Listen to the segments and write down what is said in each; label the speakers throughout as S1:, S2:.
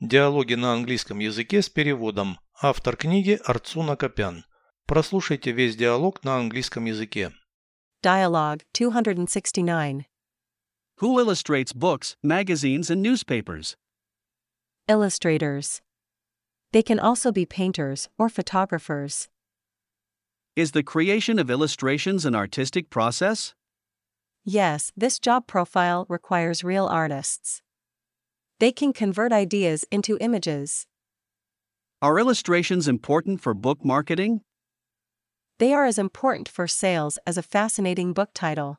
S1: Диалоги на английском языке с переводом. Автор книги Арцуна Копян. Прослушайте весь диалог на английском языке.
S2: Dialogue 269.
S3: Who illustrates books, magazines, and newspapers?
S2: Illustrators. They can also be painters or photographers.
S3: Is the creation of illustrations an artistic process?
S2: Yes, this job profile requires real artists. They can convert ideas into images.
S3: Are illustrations important for book marketing?
S2: They are as important for sales as a fascinating book title.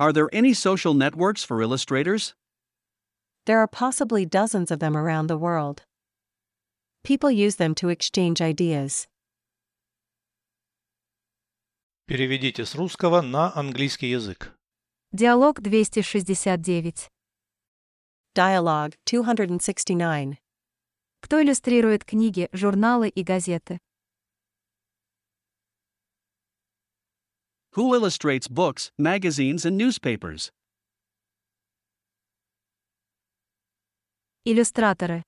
S3: Are there any social networks for illustrators?
S2: There are possibly dozens of them around the world. People use them to exchange ideas.
S1: Переведите с русского на английский язык.
S4: Диалог 269.
S2: Dialogue 269.
S4: Кто иллюстрирует книги, журналы и газеты?
S3: Who illustrates books, magazines, and newspapers?
S4: Иллюстраторы.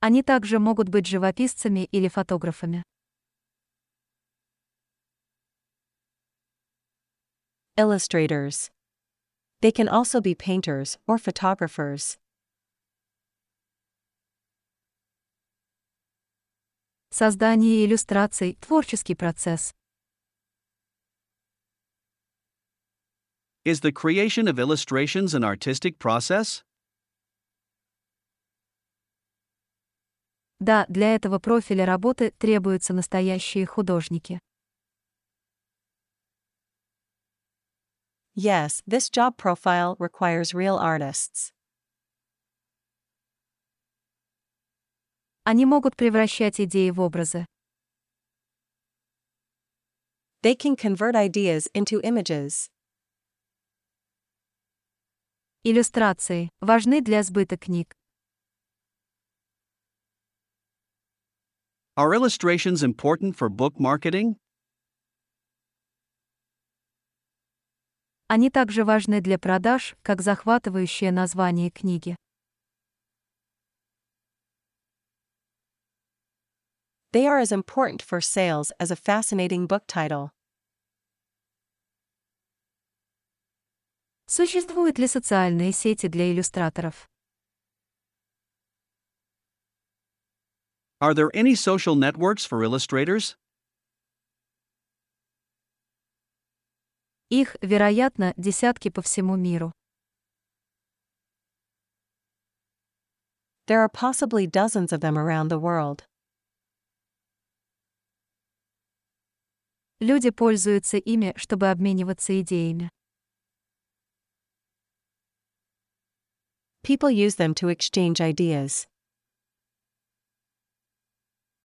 S4: Они также могут быть живописцами или фотографами.
S2: Illustrators. They can also be painters or photographers.
S4: Создание иллюстраций – творческий процесс.
S3: Is the creation of illustrations an artistic process?
S4: Да, для этого профиля работы требуются настоящие художники.
S2: Yes, this job profile requires real artists.
S4: Они могут превращать идеи в образы.
S2: They can convert ideas into images.
S4: Иллюстрации важны для сбыта книг.
S3: Are illustrations important for book marketing?
S4: Они также важны для продаж, как захватывающее название книги.
S2: They are as important for sales as a fascinating book title.
S4: Существуют ли социальные сети для иллюстраторов?
S3: Are there any social networks for illustrators?
S4: Их, вероятно, десятки по всему миру.
S2: There are possibly dozens of them around the world.
S4: Люди пользуются ими, чтобы обмениваться идеями.
S2: People use them to exchange ideas.